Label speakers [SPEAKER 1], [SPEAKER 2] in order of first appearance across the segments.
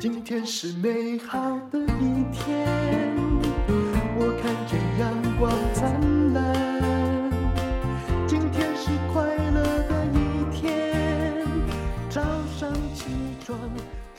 [SPEAKER 1] 今天是美好的一天，我看见阳光灿烂。今天是快乐的一天，早上起床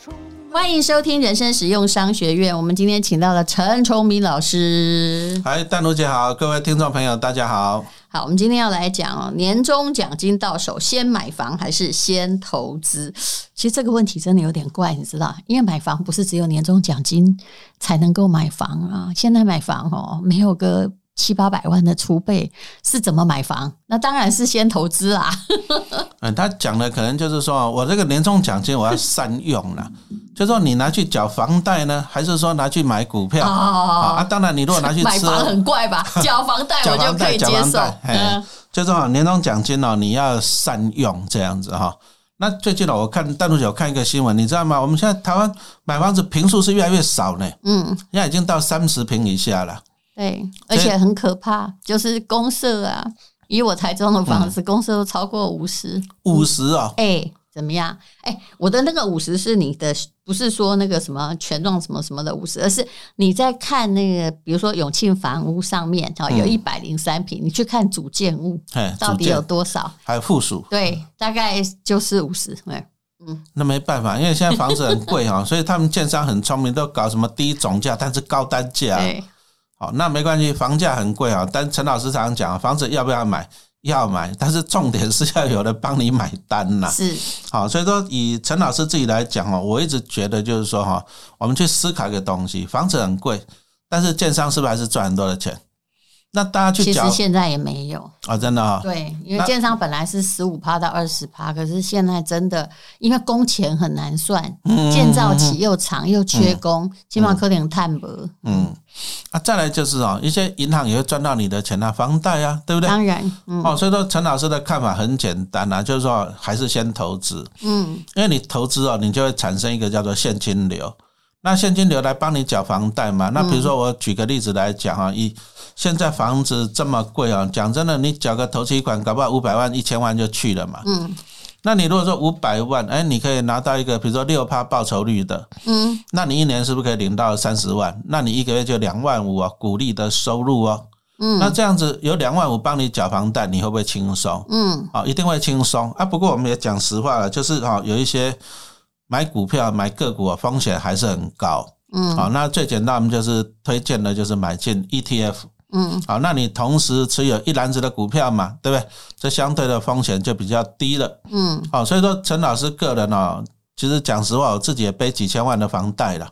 [SPEAKER 1] 充满。
[SPEAKER 2] 欢迎收听人生实用商学院。我们今天请到了陈崇明老师。
[SPEAKER 3] 嗨，淡哎如姐好，各位听众朋友大家好。
[SPEAKER 2] 好，我们今天要来讲哦，年终奖金到手，先买房还是先投资？其实这个问题真的有点怪，你知道，因为买房不是只有年终奖金才能够买房啊。现在买房哦，没有个七八百万的储备，是怎么买房？那当然是先投资啊啦。
[SPEAKER 3] 嗯，他讲的可能就是说，我这个年终奖金我要善用了，就说你拿去缴房贷呢，还是说拿去买股票？
[SPEAKER 2] 哦
[SPEAKER 3] 啊，当然你如果拿 去
[SPEAKER 2] 买
[SPEAKER 3] 吃，
[SPEAKER 2] 房很怪 吧？缴房贷我
[SPEAKER 3] 缴
[SPEAKER 2] 就
[SPEAKER 3] 房
[SPEAKER 2] 可
[SPEAKER 3] 贷，
[SPEAKER 2] 以
[SPEAKER 3] 缴
[SPEAKER 2] 接
[SPEAKER 3] 房
[SPEAKER 2] 受
[SPEAKER 3] 贷，。
[SPEAKER 2] 嗯
[SPEAKER 3] 哎，，就说年终奖金哦，你要善用这样子哈。那最近呢，我看淡如姐有看一个新闻，你知道吗？我们现在台湾买房子平数是越来越少呢，
[SPEAKER 2] 嗯，
[SPEAKER 3] 现在已经到三十平以下了。
[SPEAKER 2] 对，而
[SPEAKER 3] 所以
[SPEAKER 2] 且很可怕，就是公社啊，以我台中的房子，公社都超过五十，
[SPEAKER 3] 五十哦，
[SPEAKER 2] 嗯哎、怎么样？哎、我的那个五十是你的，不是说那个什么权状什么什么的五十，而是你在看那个，比如说永庆房屋上面哦，有一百零三平，你去看主建嗯物
[SPEAKER 3] 哎，
[SPEAKER 2] 到
[SPEAKER 3] 组
[SPEAKER 2] 底有
[SPEAKER 3] 建
[SPEAKER 2] 多少？
[SPEAKER 3] 还有附属，
[SPEAKER 2] 对，大概就是五十，哎，
[SPEAKER 3] 那没办法，因为现在房子很贵 哈，所以他们建商很聪明，都搞什么低总价但是高单价。
[SPEAKER 2] 对，啊
[SPEAKER 3] 好，那没关系，房价很贵啊。但陈老师常常讲，房子要不要买？要买，但是重点是要有人帮你买单呐、
[SPEAKER 2] 是，
[SPEAKER 3] 好，所以说以陈老师自己来讲哦，我一直觉得就是说哈，我们去思考一个东西，房子很贵，但是建商是不是还是赚很多的钱？那大家去
[SPEAKER 2] 其
[SPEAKER 3] 缴
[SPEAKER 2] 实
[SPEAKER 3] 啊、
[SPEAKER 2] 现在也没有。
[SPEAKER 3] 哦，真的哈、
[SPEAKER 2] 对，因为
[SPEAKER 3] 那
[SPEAKER 2] 建商本来是十五趴到二十趴，可是现在真的因为工钱很难算，
[SPEAKER 3] 嗯
[SPEAKER 2] 建造期又长又缺工，起码可能碳薄。
[SPEAKER 3] 嗯，啊，再来就是哦，一些银行也会赚到你的钱啊，房贷啊，对不对？
[SPEAKER 2] 当然，嗯
[SPEAKER 3] 哦，所以说陈老师的看法很简单啊，就是说还是先投资，
[SPEAKER 2] 嗯，
[SPEAKER 3] 因为你投资哦，你就会产生一个叫做现金流。那现金流来帮你缴房贷嘛？那比如说我举个例子来讲
[SPEAKER 2] 嗯
[SPEAKER 3] 啊，以现在房子这么贵啊，讲真的，你缴个头期款，搞不好五百万、一千万就去了嘛。
[SPEAKER 2] 嗯。
[SPEAKER 3] 那你如果说五百万，哎，你可以拿到一个比如说六趴报酬率的，
[SPEAKER 2] 嗯，
[SPEAKER 3] 那你一年是不是可以领到三十万？那你一个月就两万五啊，股利的收入哦。
[SPEAKER 2] 嗯，
[SPEAKER 3] 那这样子有两万五帮你缴房贷，你会不会轻松？
[SPEAKER 2] 嗯，
[SPEAKER 3] 啊、一定会轻松啊。不过我们也讲实话了，就是哈、有一些买股票、买个股啊，风险还是很高。
[SPEAKER 2] 嗯，
[SPEAKER 3] 好、那最简单，我们就是推荐的就是买进 E ETF。
[SPEAKER 2] 嗯，
[SPEAKER 3] 好，哦那你同时持有一篮子的股票嘛，对不对？这相对的风险就比较低了。
[SPEAKER 2] 嗯，
[SPEAKER 3] 好、所以说陈老师个人哦，其实讲实话，我自己也背几千万的房贷了。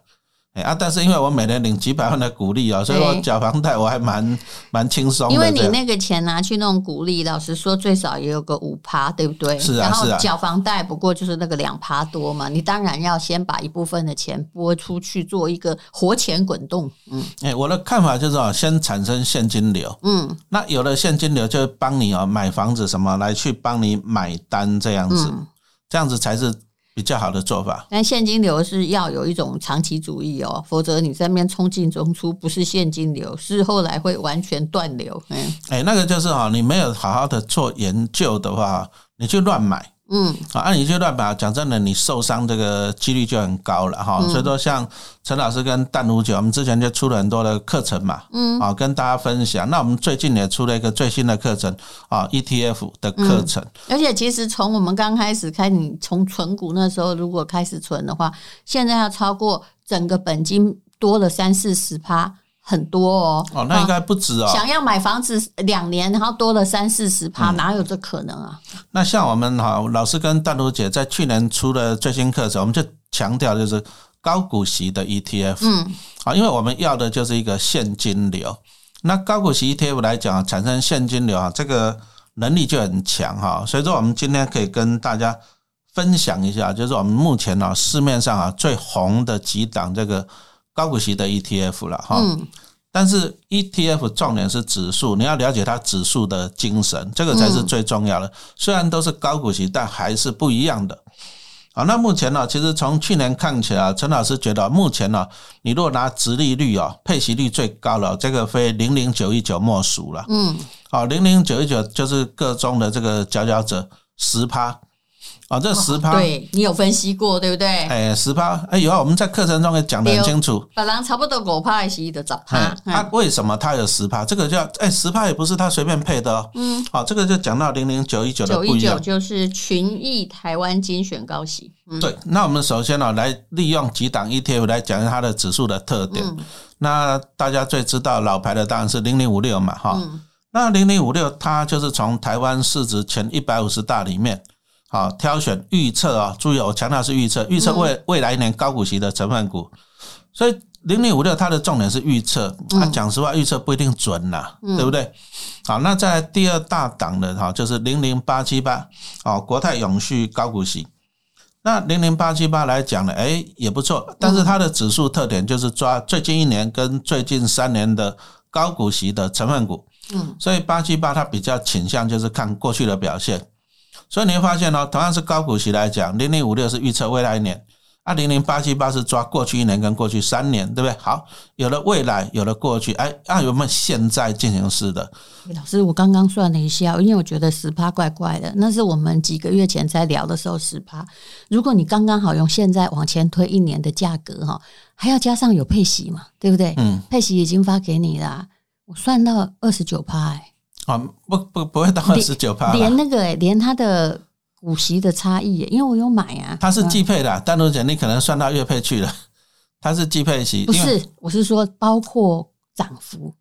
[SPEAKER 3] 哎啊，但是因为我每年领几百万的股利啊、所以我
[SPEAKER 2] 对
[SPEAKER 3] 缴房贷我还蛮蛮轻松的。
[SPEAKER 2] 因为
[SPEAKER 3] 这
[SPEAKER 2] 你
[SPEAKER 3] 样
[SPEAKER 2] 那个钱拿去弄股利，老实说最少也有个五趴，对不对？
[SPEAKER 3] 是啊
[SPEAKER 2] 然后
[SPEAKER 3] 是啊
[SPEAKER 2] 缴房贷不过就是那个两趴多嘛，你当然要先把一部分的钱拨出去做一个活钱滚动。嗯
[SPEAKER 3] 哎、我的看法就是哦，先产生现金流，
[SPEAKER 2] 嗯
[SPEAKER 3] 那有了现金流就会帮你哦买房子什么来去帮你买单这样子，
[SPEAKER 2] 嗯。
[SPEAKER 3] 这样子才是比较好的做法。
[SPEAKER 2] 但现金流是要有一种长期主义哦，否则你在那边冲进冲出，不是现金流，是后来会完全断流。嗯
[SPEAKER 3] 哎、那个就是哦，你没有好好的做研究的话，你去乱买
[SPEAKER 2] 嗯
[SPEAKER 3] 啊，啊你去乱买，讲真的，你受伤这个几率就很高了哈、
[SPEAKER 2] 嗯
[SPEAKER 3] 所以说，像陈老师跟淡如姐，我们之前就出了很多的课程嘛，
[SPEAKER 2] 嗯
[SPEAKER 3] 啊，跟大家分享。那我们最近也出了一个最新的课程啊，ETF 的课程。
[SPEAKER 2] 而且其实从我们刚开始开，你从存股那时候如果开始存的话，现在要超过整个本金多了三四十趴，很多哦。
[SPEAKER 3] 哦，那应
[SPEAKER 2] 啊
[SPEAKER 3] 该不止哦。
[SPEAKER 2] 想要买房子两年，然后多了三四十
[SPEAKER 3] 嗯
[SPEAKER 2] 趴，哪有这可能啊？
[SPEAKER 3] 那像我们哈，老师跟淡如姐在去年出的最新课程，我们就强调就是高股息的 ETF
[SPEAKER 2] 嗯
[SPEAKER 3] 啊、因为我们要的就是一个现金流。那高股息 ETF 来讲，产生现金流啊，这个能力就很强哈。所以说，我们今天可以跟大家分享一下，就是我们目前啊市面上啊最红的几档这个高股息的 E ETF 了哈。
[SPEAKER 2] 嗯
[SPEAKER 3] 但是 ETF 重点是指数，你要了解它指数的精神，这个才是最重要的。虽然都是高股息，但还是不一样的。好，那目前呢、其实从去年看起来啊，陈老师觉得啊目前呢、你如果拿殖利率啊、配息率最高了，这个非零零九一九莫属了。
[SPEAKER 2] 嗯
[SPEAKER 3] 好，零零九一九就是各中的这个佼佼者十趴。啊，这十趴，
[SPEAKER 2] 哦对你有分析过，对不对？
[SPEAKER 3] 哎，十趴，哎，有啊，我们在课程中也讲得很清楚。
[SPEAKER 2] 本来差不多五趴还是的十
[SPEAKER 3] 哎
[SPEAKER 2] 趴，，
[SPEAKER 3] 它
[SPEAKER 2] 嗯
[SPEAKER 3] 为什么它有十趴？这个叫哎，十趴也不是它随便配的哦。
[SPEAKER 2] 嗯，
[SPEAKER 3] 好，这个就讲到零零九一九的
[SPEAKER 2] 九
[SPEAKER 3] 不
[SPEAKER 2] 一
[SPEAKER 3] 一
[SPEAKER 2] 九
[SPEAKER 3] 样。
[SPEAKER 2] 就是群益台湾精选高息，嗯，
[SPEAKER 3] 对，那我们首先呢、来利用几档 ETF 来讲一下它的指数的特点。
[SPEAKER 2] 嗯
[SPEAKER 3] 那大家最知道老牌的当然是零零五六嘛，哈、
[SPEAKER 2] 嗯
[SPEAKER 3] 那零零五六它就是从台湾市值前一百五十大里面，好、挑选预测啊、注意哦，我强调是预测，预测
[SPEAKER 2] 嗯
[SPEAKER 3] 未未来一年高股息的成分股。所以零零五六它的重点是预测，啊，
[SPEAKER 2] 嗯
[SPEAKER 3] 讲实话预测不一定准啦，
[SPEAKER 2] 嗯
[SPEAKER 3] 对不对？好，那在第二大档的哈，就是零零八七八，哦，国泰永续高股息。那零零八七八来讲呢，哎，也不错，但
[SPEAKER 2] 嗯
[SPEAKER 3] 是它的指数特点就是抓最近一年跟最近三年的高股息的成分股，
[SPEAKER 2] 嗯，
[SPEAKER 3] 所以八七八它比较倾向就是看过去的表现，所以你会发现呢、哦同样是高股息来讲，零零五六是预测未来一年，二零零八七八是抓过去一年跟过去三年，对不对？好，有了未来，有了过去，哎，那、有没有现在进行式的？
[SPEAKER 2] 老师，我刚刚算了一下，因为我觉得十趴怪怪的，那是我们几个月前在聊的时候十趴。如果你刚刚好用现在往前推一年的价格哈，还要加上有配息嘛，对不对？
[SPEAKER 3] 嗯，
[SPEAKER 2] 配息已经发给你啦、我算到二十九趴，哎、
[SPEAKER 3] 啊，不不不会到二十九趴
[SPEAKER 2] 连
[SPEAKER 3] 了。
[SPEAKER 2] 那个哎、连它的股息的差异、哎因为我有买啊，
[SPEAKER 3] 它是
[SPEAKER 2] 嗯
[SPEAKER 3] 季配的啊，单独讲你可能算到月配去了，它是季配息，
[SPEAKER 2] 不
[SPEAKER 3] 因为
[SPEAKER 2] 是，我是说包括涨幅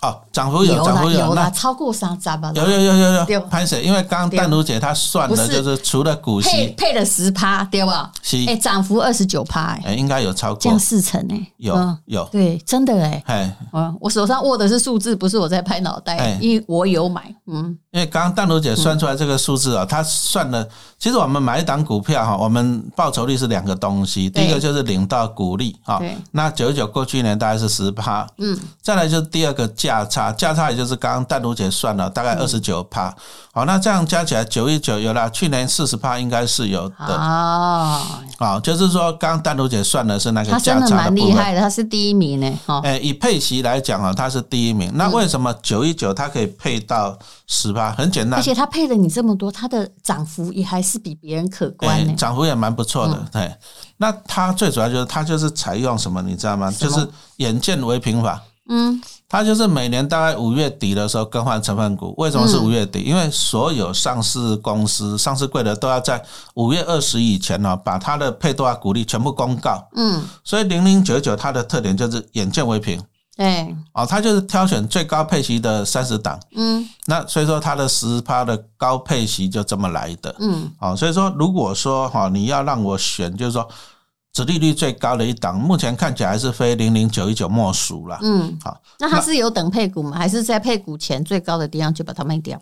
[SPEAKER 3] 哦，涨幅有，涨
[SPEAKER 2] 啦
[SPEAKER 3] 幅
[SPEAKER 2] 有啦，
[SPEAKER 3] 那
[SPEAKER 2] 超过三十吧，
[SPEAKER 3] 有有有有
[SPEAKER 2] 对
[SPEAKER 3] 有潘姐，因为刚刚
[SPEAKER 2] 对
[SPEAKER 3] 淡如姐她算
[SPEAKER 2] 不
[SPEAKER 3] 的
[SPEAKER 2] 是
[SPEAKER 3] 就是除了股
[SPEAKER 2] 配
[SPEAKER 3] 息
[SPEAKER 2] 配了十趴，对吧？
[SPEAKER 3] 息
[SPEAKER 2] 哎、，涨幅二十九趴，哎、
[SPEAKER 3] 哎，应该有超
[SPEAKER 2] 这
[SPEAKER 3] 过
[SPEAKER 2] 样，四成哎、
[SPEAKER 3] 有
[SPEAKER 2] 嗯
[SPEAKER 3] 有，
[SPEAKER 2] 对，真的哎、
[SPEAKER 3] 哎，
[SPEAKER 2] 嗯，我手上握的是数字，不是我在拍脑袋，
[SPEAKER 3] 哎
[SPEAKER 2] 因为我有买，嗯，
[SPEAKER 3] 因为刚刚淡如姐算出来这个数字啊，她算了，其实我们买一档股票哈，我们报酬率是两个东西，
[SPEAKER 2] 对
[SPEAKER 3] 第一个就是领到股利啊
[SPEAKER 2] 对，
[SPEAKER 3] 那九九过去一年大概是十趴，
[SPEAKER 2] 嗯，
[SPEAKER 3] 再来就是第二个价差，价差也就是刚刚淡如姐算了，大概
[SPEAKER 2] 嗯
[SPEAKER 3] 二十九趴，好，那这样加起来九一九有啦，去年四十趴应该是有的
[SPEAKER 2] 啊，
[SPEAKER 3] 啊，就是说刚刚淡如姐算的是那个
[SPEAKER 2] 他真
[SPEAKER 3] 价
[SPEAKER 2] 的
[SPEAKER 3] 差
[SPEAKER 2] 蛮
[SPEAKER 3] 部
[SPEAKER 2] 厉
[SPEAKER 3] 分。
[SPEAKER 2] 害的，他是第一名哦呢，哈、
[SPEAKER 3] 哎，以配息来讲啊，它是第一名。
[SPEAKER 2] 嗯
[SPEAKER 3] 那为什么九一九它可以配到十趴？很简单
[SPEAKER 2] 而，且他配了你这么多，他的涨幅也还是比别人可观呢、嗯
[SPEAKER 3] 哎涨幅也蛮不错的。对，那它最主要就是它就是采用什么，你知道吗？
[SPEAKER 2] 什
[SPEAKER 3] 就
[SPEAKER 2] 么
[SPEAKER 3] 是眼见为凭法。
[SPEAKER 2] 嗯，
[SPEAKER 3] 它就是每年大概五月底的时候更换成分股。为什么是
[SPEAKER 2] 嗯
[SPEAKER 3] 五月底？因为所有上市公司、上市柜的都要在五月二十以前呢、哦，把它的配多少股利全部公告。
[SPEAKER 2] 嗯，
[SPEAKER 3] 所以零零九九它的特点就是眼见为凭
[SPEAKER 2] 对，
[SPEAKER 3] 哦，它就是挑选最高配息的三十档。
[SPEAKER 2] 嗯
[SPEAKER 3] 那所以说它的十趴的高配息就这么来的。
[SPEAKER 2] 嗯，
[SPEAKER 3] 哦，所以说如果说哈、你要让我选，就是说，殖利率最高的一档，目前看起来是非零零九一九莫属啦。哦
[SPEAKER 2] 嗯，
[SPEAKER 3] 好，
[SPEAKER 2] 那他是有等配股吗？还是在配股前最高的地方就把它卖掉？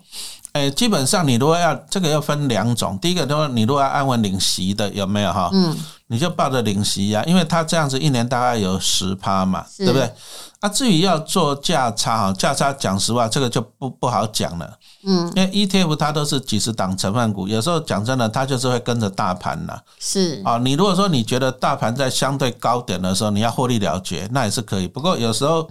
[SPEAKER 3] 诶，哎基本上你如果要这个要分两种，第一个就是你如果要安稳领息的，有没有哈？
[SPEAKER 2] 嗯，
[SPEAKER 3] 你就抱着领息呀、因为它这样子一年大概有十趴嘛，
[SPEAKER 2] 是
[SPEAKER 3] 对不对？啊，至于要做价差哈，价差讲实话，这个就不不好讲了，
[SPEAKER 2] 嗯，
[SPEAKER 3] 因为 ETF 它都是几十档成分股，有时候讲真的，它就是会跟着大盘啦。
[SPEAKER 2] 是，
[SPEAKER 3] 啊，你如果说你觉得大盘在相对高点的时候，你要获利了结，那也是可以。不过有时候，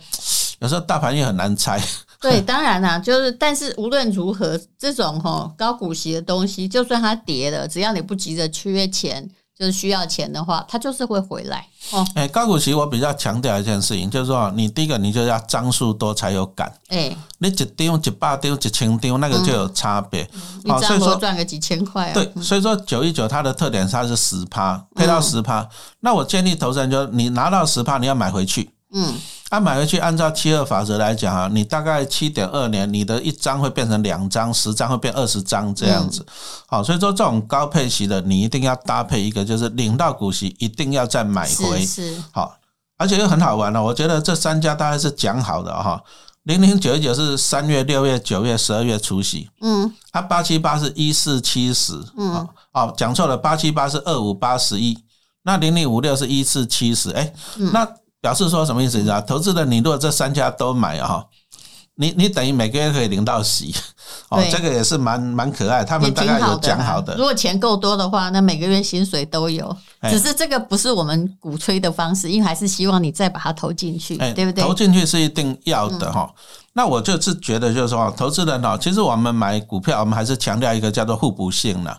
[SPEAKER 3] 有时候大盘也很难猜。
[SPEAKER 2] 对，当然啦、就是，但是无论如何，这种哈、高股息的东西，就算它跌了，只要你不急着缺钱，就是需要钱的话，它就是会回来哦。
[SPEAKER 3] 哎，高股息我比较强调一件事情，就是说，你第一个你就要张数多才有感，
[SPEAKER 2] 哎、
[SPEAKER 3] 你一丢、一百丢、一千丢，那个就有差别。
[SPEAKER 2] 一
[SPEAKER 3] 好，所
[SPEAKER 2] 张
[SPEAKER 3] 以
[SPEAKER 2] 多
[SPEAKER 3] 说。
[SPEAKER 2] 赚个几千块啊。
[SPEAKER 3] 对，所以说九一九它的特点是它是十趴，配到十趴。那我建议投资人就是你拿到十趴，你要买回去。
[SPEAKER 2] 嗯，
[SPEAKER 3] 按、啊买回去，按照七二法则来讲啊，你大概七点二年，你的一张会变成两张，十张会变二十张这样
[SPEAKER 2] 嗯
[SPEAKER 3] 子。好，所以说这种高配息的，你一定要搭配一个，就是领到股息一定要再买
[SPEAKER 2] 是
[SPEAKER 3] 回。
[SPEAKER 2] 是，
[SPEAKER 3] 好，而且又很好玩啊了、我觉得这三家大概是讲好的哈、零零九九是三月、六月、九月、十二月除息，
[SPEAKER 2] 嗯
[SPEAKER 3] 它啊八七八是一四七十，
[SPEAKER 2] 嗯，
[SPEAKER 3] 哦，讲错了，八七八是二五八十一，那零零五六是一四七十，哎，
[SPEAKER 2] 嗯
[SPEAKER 3] 那表示说什么意思？你知道，投资人你如果这三家都买啊、哦，你你等于每个月可以领到息，哦
[SPEAKER 2] 对，
[SPEAKER 3] 这个也是蛮蛮可爱，他
[SPEAKER 2] 也
[SPEAKER 3] 们大
[SPEAKER 2] 挺
[SPEAKER 3] 概有
[SPEAKER 2] 好的
[SPEAKER 3] 讲
[SPEAKER 2] 啦。
[SPEAKER 3] 好的
[SPEAKER 2] 如，果钱够多的话，那每个月薪水都有。
[SPEAKER 3] 哎
[SPEAKER 2] 只是这个不是我们鼓吹的方式，因为还是希望你再把它投进去，
[SPEAKER 3] 哎，
[SPEAKER 2] 对不对？嗯
[SPEAKER 3] 投进去是一定要的哈、那我就是觉得，就是说，投资人哦，其实我们买股票，我们还是强调一个叫做互补性呢。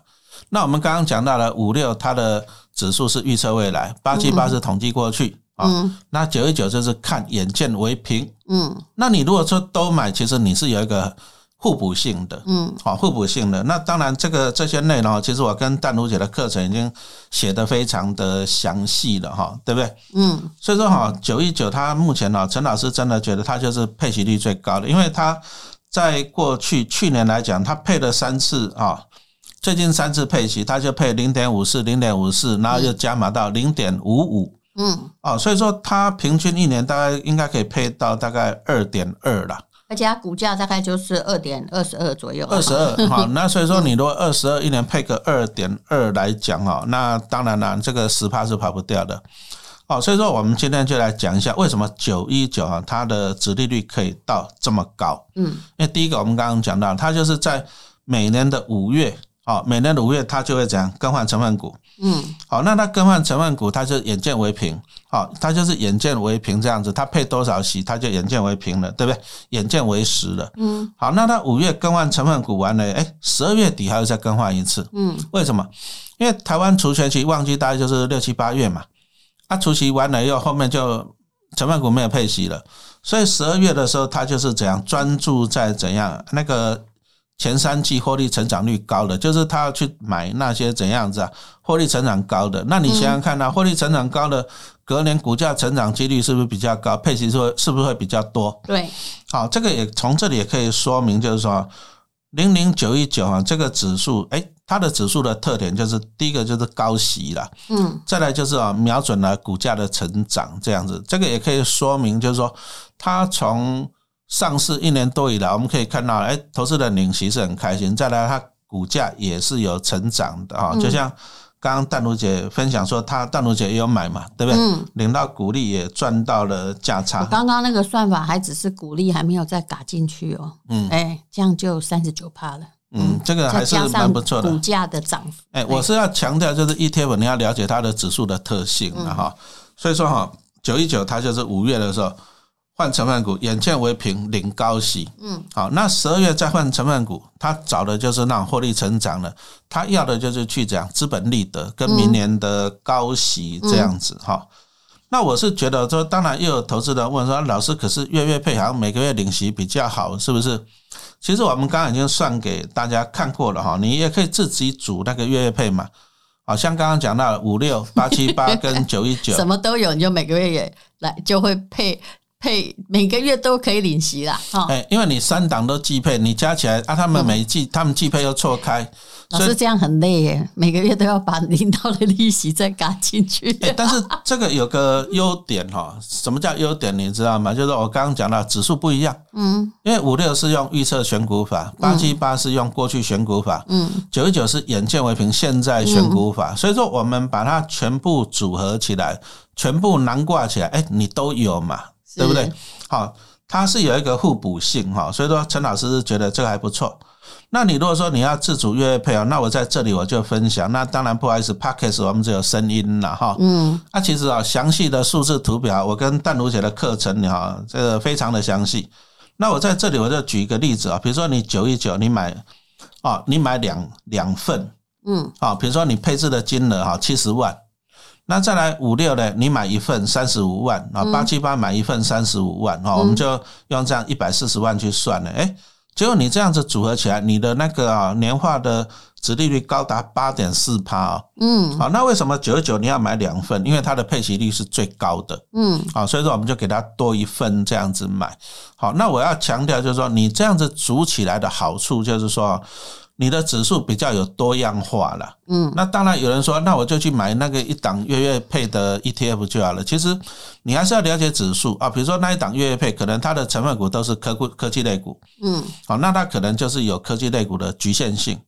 [SPEAKER 3] 那我们刚刚讲到了五六，它的指数是预测未来，八七
[SPEAKER 2] 嗯
[SPEAKER 3] 八是统计过去啊、那九一九就是看眼见为凭。
[SPEAKER 2] 嗯
[SPEAKER 3] 那你如果说都买，其实你是有一个互补性的，
[SPEAKER 2] 嗯
[SPEAKER 3] 好、互补性的。那当然，这个这些内容，其实我跟淡如姐的课程已经写得非常的详细了哈，对不对？
[SPEAKER 2] 嗯
[SPEAKER 3] 所以说哈，九一九它目前呢，陈老师真的觉得它就是配息率最高的，因为它在过去去年来讲，它配了三次啊，最近三次配息，它就配零点五四、零点五四，然后又加码到零点五五
[SPEAKER 2] 嗯，
[SPEAKER 3] 哦，所以说它平均一年大概应该可以配到大概二点二啦，
[SPEAKER 2] 而且它股价大概就是二点二十二左右，
[SPEAKER 3] 二十二哈。那所以说你如果二十二一年配个二点二来讲哦，那当然啦，这个十趴是跑不掉的。哦，所以说我们今天就来讲一下为什么九一九啊，它的殖利率可以到这么高。
[SPEAKER 2] 嗯
[SPEAKER 3] 因为第一个我们刚刚讲到，它就是在每年的五月，哦，每年的五月它就会怎样更换成分股。
[SPEAKER 2] 嗯
[SPEAKER 3] 好，那它更换成分股，它就眼见为凭，好，它就是眼见为凭这样子，它配多少息，它就眼见为凭了，对不对？眼见为实了。
[SPEAKER 2] 嗯
[SPEAKER 3] 好，那它五月更换成分股完了，哎，十二月底还要再更换一次，
[SPEAKER 2] 嗯
[SPEAKER 3] 为什么？因为台湾除权期旺季大概就是六七八月嘛，啊，除息完了以后，后面就成分股没有配息了，所以十二月的时候，它就是怎样专注在怎样那个前三季获利成长率高的，就是它要去买那些怎样子啊，获利成长高的。那你想想看啊，获利成长高的，隔年股价成长几率是不是比较高？配息是会是不是会比较多？
[SPEAKER 2] 对，
[SPEAKER 3] 好，这个也从这里也可以说明，就是说零零九一九啊，这个指数，哎，它的指数的特点就是第一个就是高息啦，
[SPEAKER 2] 嗯
[SPEAKER 3] 再来就是啊瞄准了股价的成长这样子，这个也可以说明，就是说它从上市一年多以来，我们可以看到，哎，投资人领息是很开心，再来它股价也是有成长的啊，
[SPEAKER 2] 嗯
[SPEAKER 3] 就像刚刚淡如姐分享说，她淡如姐也有买嘛，对不对？
[SPEAKER 2] 嗯。
[SPEAKER 3] 领到股利也赚到了价
[SPEAKER 2] 我
[SPEAKER 3] 差，
[SPEAKER 2] 刚刚那个算法还只是鼓励，还没有再嘎进去哦。
[SPEAKER 3] 嗯
[SPEAKER 2] 哎，这样就三十九趴了。
[SPEAKER 3] 嗯，这个还
[SPEAKER 2] 再
[SPEAKER 3] 是
[SPEAKER 2] 加
[SPEAKER 3] 蛮
[SPEAKER 2] 上
[SPEAKER 3] 不错的。
[SPEAKER 2] 股价的涨幅。
[SPEAKER 3] 哎，我是要强调，就是 ETF 你要了解它的指数的特性了哈。所以说哈，九一九它就是五月的时候换成分股，眼见为凭，领高息。
[SPEAKER 2] 嗯，
[SPEAKER 3] 好，那十二月再换成分股，它找的就是那种获利成长的，它要的就是去讲资本利得跟明年的高息这样子哈。那我是觉得说，当然又有投资人问说，啊老师，可是月月配行每个月领息比较好，是不是？其实我们刚刚已经算给大家看过了哈，你也可以自己组那个月月配嘛。好像刚刚讲到了五六八 七八跟九一九，
[SPEAKER 2] 什么都有，你就每个月也来就会配配，每个月都可以领息啦。哈、
[SPEAKER 3] 哎，因为你三档都季配，你加起来啊，他们每季他们季配又错开，
[SPEAKER 2] 嗯老
[SPEAKER 3] 所以
[SPEAKER 2] 师这样很累耶，每个月都要把领到的利息再嘎进去。
[SPEAKER 3] 欸但是这个有个优点哈、什么叫优点？你知道吗？就是我刚刚讲到指数不一样，
[SPEAKER 2] 嗯
[SPEAKER 3] 因为五六是用预测选股法，八七八是用过去选股法，
[SPEAKER 2] 嗯
[SPEAKER 3] 九一九是眼见为凭现在选股法。所以说我们把它全部组合起来，全部囊括起来，哎、你都有嘛，
[SPEAKER 2] 是
[SPEAKER 3] 对不对？好、它是有一个互补性哈、所以说陈老师是觉得这个还不错。那你如果说你要自主月配哦，那我在这里我就分享。那当然不好意思 p o c k e t 我们只有声音了哈。
[SPEAKER 2] 嗯
[SPEAKER 3] 那、其实啊，详细的数字图表，我跟淡如姐的课程哈、这个非常的详细。那我在这里我就举一个例子啊，比如说你九一九，你买啊，你买两两份
[SPEAKER 2] 嗯
[SPEAKER 3] 啊，比如说你配置的金额哈七十万，那再来五六呢，你买一份三十五万啊，八七八买一份三十五万啊，我们就用这样一百四十万去算了，哎，结果你这样子组合起来，你的那个啊年化的值利率高达八点四趴哦。
[SPEAKER 2] 嗯
[SPEAKER 3] 好，那为什么九十九你要买两份？因为它的配息率是最高的，
[SPEAKER 2] 嗯
[SPEAKER 3] 好，所以说我们就给它多一份这样子买。好，那我要强调就是说，你这样子组起来的好处就是说，你的指数比较有多样化了。
[SPEAKER 2] 嗯，
[SPEAKER 3] 那当然有人说，那我就去买那个一档月月配的 ETF 就好了。其实你还是要了解指数啊，比如说那一档月月配，可能它的成分股都是科股科技类股，
[SPEAKER 2] 嗯
[SPEAKER 3] 好，那它可能就是有科技类股的局限性。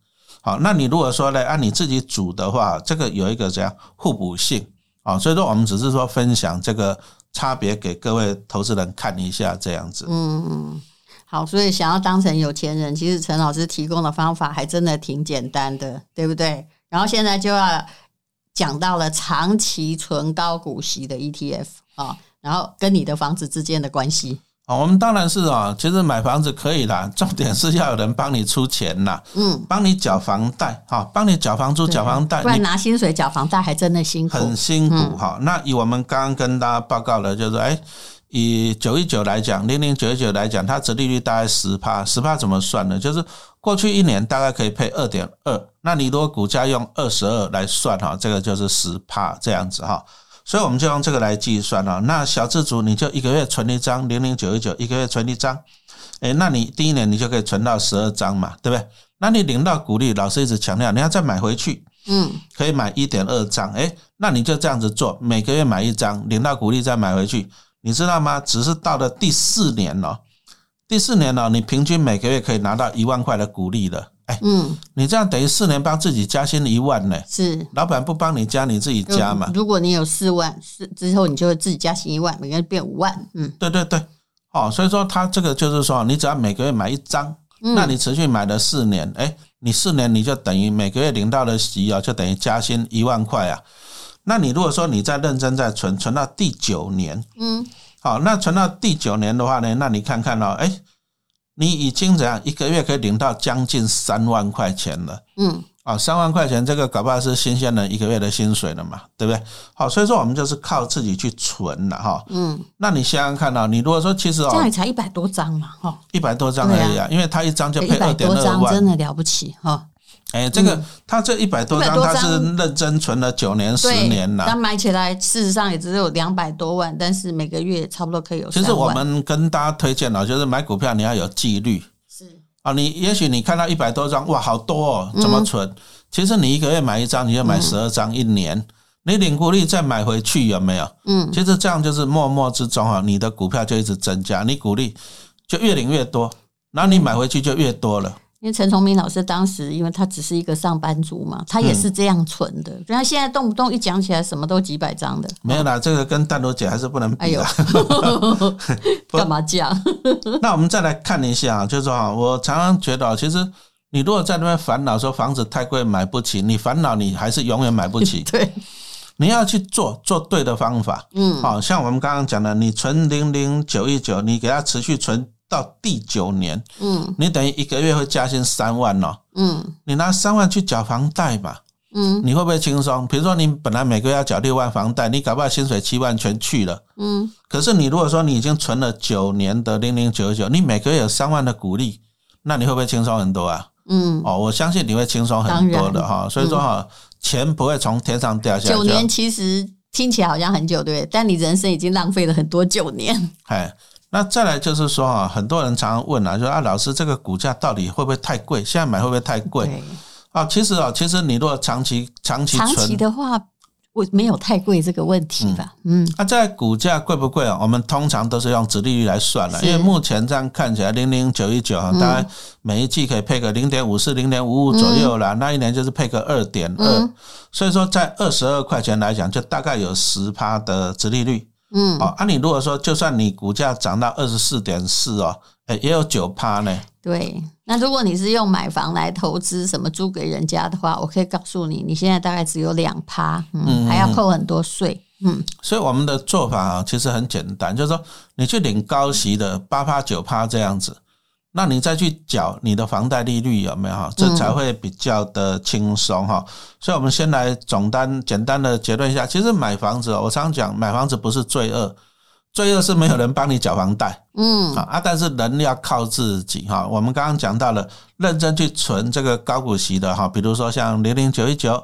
[SPEAKER 3] 好，那你如果说呢，按、你自己组的话，这个有一个怎样互补性啊、所以说我们只是说分享这个差别给各位投资人看一下这样子。
[SPEAKER 2] 嗯，好，所以想要当成有钱人，其实陈老师提供的方法还真的挺简单的，对不对？然后现在就要讲到了长 E 期存高股息的 ETF 啊、然后跟你的房子之间的关系。
[SPEAKER 3] 啊，我们当然是啊，其实买房子可以啦，重点是要有人帮你出钱啦，
[SPEAKER 2] 嗯，
[SPEAKER 3] 帮你缴房贷啊，帮你缴房租、
[SPEAKER 2] 对
[SPEAKER 3] 缴房贷，
[SPEAKER 2] 不然
[SPEAKER 3] 你
[SPEAKER 2] 拿薪水缴房贷还真的辛苦。嗯
[SPEAKER 3] 很辛苦哈、那以我们刚刚跟大家报告的，就是哎，以九一九来讲，零零九一九来讲，它折利率大概十趴，十趴怎么算呢？就是过去一年大概可以配二点二，那你如果股价用二十二来算哈，这个就是十趴这样子哈。所以我们就用这个来计算了。那小自主你就一个月存一张零零九一九，一个月存一张，哎，那你第一年你就可以存到十二张嘛，对不对？那你领到股利，老师一直强调你要再买回去，
[SPEAKER 2] 嗯，
[SPEAKER 3] 可以买一点二张，哎，那你就这样子做，每个月买一张，领到股利再买回去，你知道吗？只是到了第四年哦，第四年哦，你平均每个月可以拿到一万块的股利了，哎，
[SPEAKER 2] 嗯，
[SPEAKER 3] 你这样等于四年帮自己加薪一万呢，
[SPEAKER 2] 是。
[SPEAKER 3] 老板不帮你加，你自己加嘛
[SPEAKER 2] 如，如果你有四万，四之后你就会自己加薪一万，每个月变五万。嗯，
[SPEAKER 3] 对对对，哦，所以说他这个就是说，你只要每个月买一张，
[SPEAKER 2] 嗯
[SPEAKER 3] 那你持续买了四年，哎，你四年你就等于每个月领到的息啊，就等于加薪一万块啊。那你如果说你再认真再存，存到第九年，
[SPEAKER 2] 嗯，
[SPEAKER 3] 好，那存到第九年的话呢，那你看看哦，哎，你已经怎样一个月可以领到将近三万块钱了。
[SPEAKER 2] 嗯，
[SPEAKER 3] 啊，三万块钱这个搞不好是新鲜人一个月的薪水了嘛，对不对？好，所以说我们就是靠自己去存了哈。
[SPEAKER 2] 嗯，
[SPEAKER 3] 那你想想看啊，你如果说其实
[SPEAKER 2] 这样
[SPEAKER 3] 哦
[SPEAKER 2] 也，才一百多张嘛，哈、
[SPEAKER 3] 一百多张而已
[SPEAKER 2] 对
[SPEAKER 3] 啊，因为他一张就
[SPEAKER 2] 哦，
[SPEAKER 3] 配
[SPEAKER 2] 一
[SPEAKER 3] 二
[SPEAKER 2] 百
[SPEAKER 3] 点
[SPEAKER 2] 多
[SPEAKER 3] 二
[SPEAKER 2] 张真
[SPEAKER 3] 万，
[SPEAKER 2] 的了不起哈、哦。
[SPEAKER 3] 哎，这个他这一百多张
[SPEAKER 2] 100多
[SPEAKER 3] 他
[SPEAKER 2] 张
[SPEAKER 3] 是认真存了九年十
[SPEAKER 2] 对，
[SPEAKER 3] 年了
[SPEAKER 2] 但。买起来事实上也只有两百多万，但是每个月差不多可以有
[SPEAKER 3] 其
[SPEAKER 2] 三万。
[SPEAKER 3] 实我们跟大家推荐啊，就是买股票你要有纪律
[SPEAKER 2] 是
[SPEAKER 3] 啊。你
[SPEAKER 2] 嗯
[SPEAKER 3] 也许你看到一百多张，哇，好多哦，怎么存？其实你一个月买一张，你就买十二张，一年你领股利再买回去有没有？
[SPEAKER 2] 嗯
[SPEAKER 3] 其实这样就是默默之中啊，你的股票就一直增加，你股利就越领越多，然后你买回去就越多了。
[SPEAKER 2] 因为陈崇明老师当时，因为他只是一个上班族嘛，他
[SPEAKER 3] 嗯
[SPEAKER 2] 也是这样存的。人家现在动不动一讲起来，什么都几百张的，
[SPEAKER 3] 没有啦，这个跟淡如姐还是不能
[SPEAKER 2] 哦哎
[SPEAKER 3] 比啊
[SPEAKER 2] 呦
[SPEAKER 3] 的。，
[SPEAKER 2] 干嘛这样？。
[SPEAKER 3] 那我们再来看一下啊，就是说啊，我常常觉得啊，其实你如果在那边烦恼说房子太贵买不起，你烦恼你还是永远买不起
[SPEAKER 2] 对，
[SPEAKER 3] 你要去做做对的方法。
[SPEAKER 2] 嗯
[SPEAKER 3] 好、像我们刚刚讲的，你存零零九一九，你给它持续存到第九年，
[SPEAKER 2] 嗯
[SPEAKER 3] 你等于一个月会加薪三万哦。
[SPEAKER 2] 嗯
[SPEAKER 3] 你拿三万去缴房贷嘛，
[SPEAKER 2] 嗯
[SPEAKER 3] 你会不会轻松？比如说你本来每个月要缴六万房贷，你搞不好薪水七万全去了。
[SPEAKER 2] 嗯，
[SPEAKER 3] 可是你如果说你已经存了九年的零零九九，你每个月有三万的股利，那你会不会轻松很多啊？
[SPEAKER 2] 嗯，
[SPEAKER 3] 哦，我相信你会轻松很多的哈。所以说哈，钱不会从天上掉下来。
[SPEAKER 2] 九年，其实听起来好像很久，对不对？但你人生已经浪费了很多九年。
[SPEAKER 3] 哎，那再来就是说啊，很多人常常问啊，就说啊，老师这个股价到底会不会太贵？现在买会不会太贵？
[SPEAKER 2] 对，
[SPEAKER 3] 啊，其实啊，其实你如果长期长期
[SPEAKER 2] 长期
[SPEAKER 3] 存，
[SPEAKER 2] 的话，我没有太贵这个问题吧？嗯
[SPEAKER 3] 那、在股价贵不贵啊？我们通常都是用殖利率来算了，
[SPEAKER 2] 是嗯
[SPEAKER 3] 因为目前这样看起来，零零九一九啊，大概每一季可以配个零点五四、零点五五左右啦，那一年就是配个二点二
[SPEAKER 2] 嗯，
[SPEAKER 3] 所以说在二十二块钱来讲，就大概有十趴的殖利率。
[SPEAKER 2] 嗯，
[SPEAKER 3] 哦，啊，你如果说就算你股价涨到二十四点四哦，哎，也有九趴呢。
[SPEAKER 2] 对，那如果你是用买房来投资，什么租给人家的话，我可以告诉你，你现在大概只有两趴，嗯，还要扣很多税，嗯
[SPEAKER 3] 所以我们的做法啊，其实很简单，就是说你去领高息的八趴九趴这样子，那你再去缴你的房贷利率有没有哈？这才会比较的轻松哈。所以我们先来总单简单的结论一下，其实买房子哦，我常讲买房子不是罪恶。罪恶是没有人帮你缴房贷
[SPEAKER 2] 嗯
[SPEAKER 3] 啊啊！但是人要靠自己哈。我们刚刚讲到了，认真去存这个高股息的哈，比如说像零零九一九，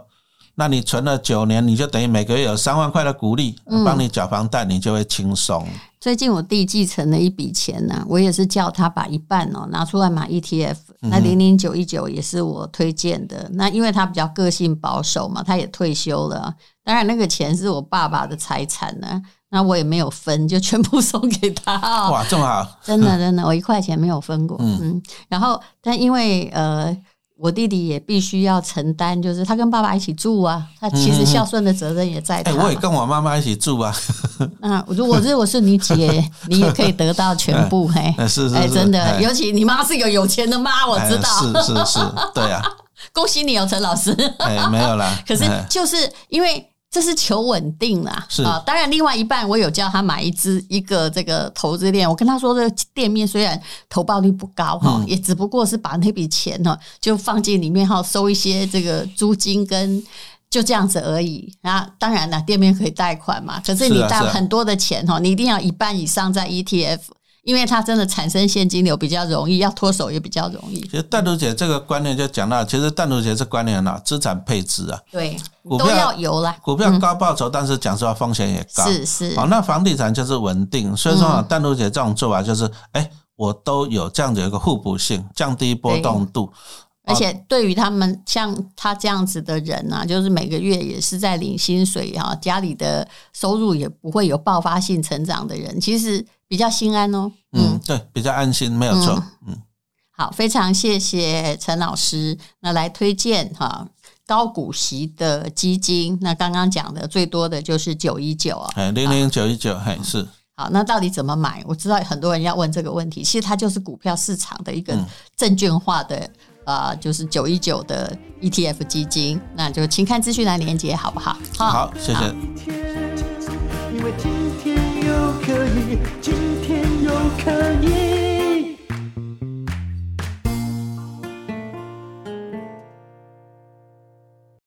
[SPEAKER 3] 那你存了九年，你就等于每个月有三万块的股利，
[SPEAKER 2] 嗯
[SPEAKER 3] 帮你缴房贷，你就会轻松。
[SPEAKER 2] 最近我弟继承了一笔钱呢、我也是叫他把一半哦拿出来买 ETF，那零零九一九也是我推荐的。那因为他比较个性保守嘛，他也退休了啊，当然那个钱是我爸爸的财产呢、那我也没有分，就全部 送给他、哦。
[SPEAKER 3] 哇，这 么好，
[SPEAKER 2] 真的真的，我一块钱没有分过。
[SPEAKER 3] 嗯
[SPEAKER 2] 嗯然后但因为呃，我弟弟也必须要承担，就是他跟爸爸一起住啊，他其
[SPEAKER 3] 嗯嗯嗯
[SPEAKER 2] 实孝顺的责任也在
[SPEAKER 3] 哎、
[SPEAKER 2] 他嘛。
[SPEAKER 3] 我也跟我妈妈一起住啊，
[SPEAKER 2] 那我如果是我是你姐，你也可以得到全部嘿。
[SPEAKER 3] 哎是是是，
[SPEAKER 2] 哎，真
[SPEAKER 3] 哎
[SPEAKER 2] 的，尤其你妈是个有钱的妈，我知道。
[SPEAKER 3] 哎是是是，对啊，
[SPEAKER 2] 恭喜你哦，陈老师。
[SPEAKER 3] 哎，没有啦，
[SPEAKER 2] 可是
[SPEAKER 3] 哎
[SPEAKER 2] 就是因为这是求稳定啦，
[SPEAKER 3] 是
[SPEAKER 2] 啊。当然，另外一半我有叫他买一支一个这个投资链，我跟他说，这个店面虽然投报率不高哈，
[SPEAKER 3] 嗯
[SPEAKER 2] 也只不过是把那笔钱哈就放进里面哈，收一些这个租金跟。就这样子而已啊！当然了，店面可以贷款嘛，可是
[SPEAKER 3] 是
[SPEAKER 2] 你
[SPEAKER 3] 啊
[SPEAKER 2] 贷
[SPEAKER 3] 是啊
[SPEAKER 2] 很多的钱哈，你一定要一半以上在 ETF，因为它真的产生现金流比较容易，要脱手也比较容易。
[SPEAKER 3] 其实淡如姐这个观念就讲到，其实淡如姐这观念啊，资产配置啊，
[SPEAKER 2] 对，
[SPEAKER 3] 股
[SPEAKER 2] 都要
[SPEAKER 3] 票
[SPEAKER 2] 有啦。
[SPEAKER 3] 股票高报酬，但是讲实话风险也高。
[SPEAKER 2] 嗯是是，
[SPEAKER 3] 好，那房地产就是稳定，所以说啊，
[SPEAKER 2] 嗯
[SPEAKER 3] 淡如姐这种做法就是，哎、我都有这样子有一个互补性，降低波动度。
[SPEAKER 2] 而且对于他们像他这样子的人啊，就是每个月也是在领薪水哈、家里的收入也不会有爆发性成长的人，其实比较心安哦。
[SPEAKER 3] 嗯，对，比较安心，没有错。嗯，
[SPEAKER 2] 好，非常谢谢陈老师，那来推荐哈、高股息的基金。那刚刚讲的最多的就是九一九啊。
[SPEAKER 3] 哎，零零九一九，嘿，是
[SPEAKER 2] 好，那到底怎么买？我知道很多人要问这个问题，其实它就是股票市场的一个
[SPEAKER 3] 嗯
[SPEAKER 2] 证券化的。呃，就是九一九的 ETF 基金，那就请看资讯栏连接，好不好？
[SPEAKER 3] 好，谢谢。
[SPEAKER 1] 一天，因为今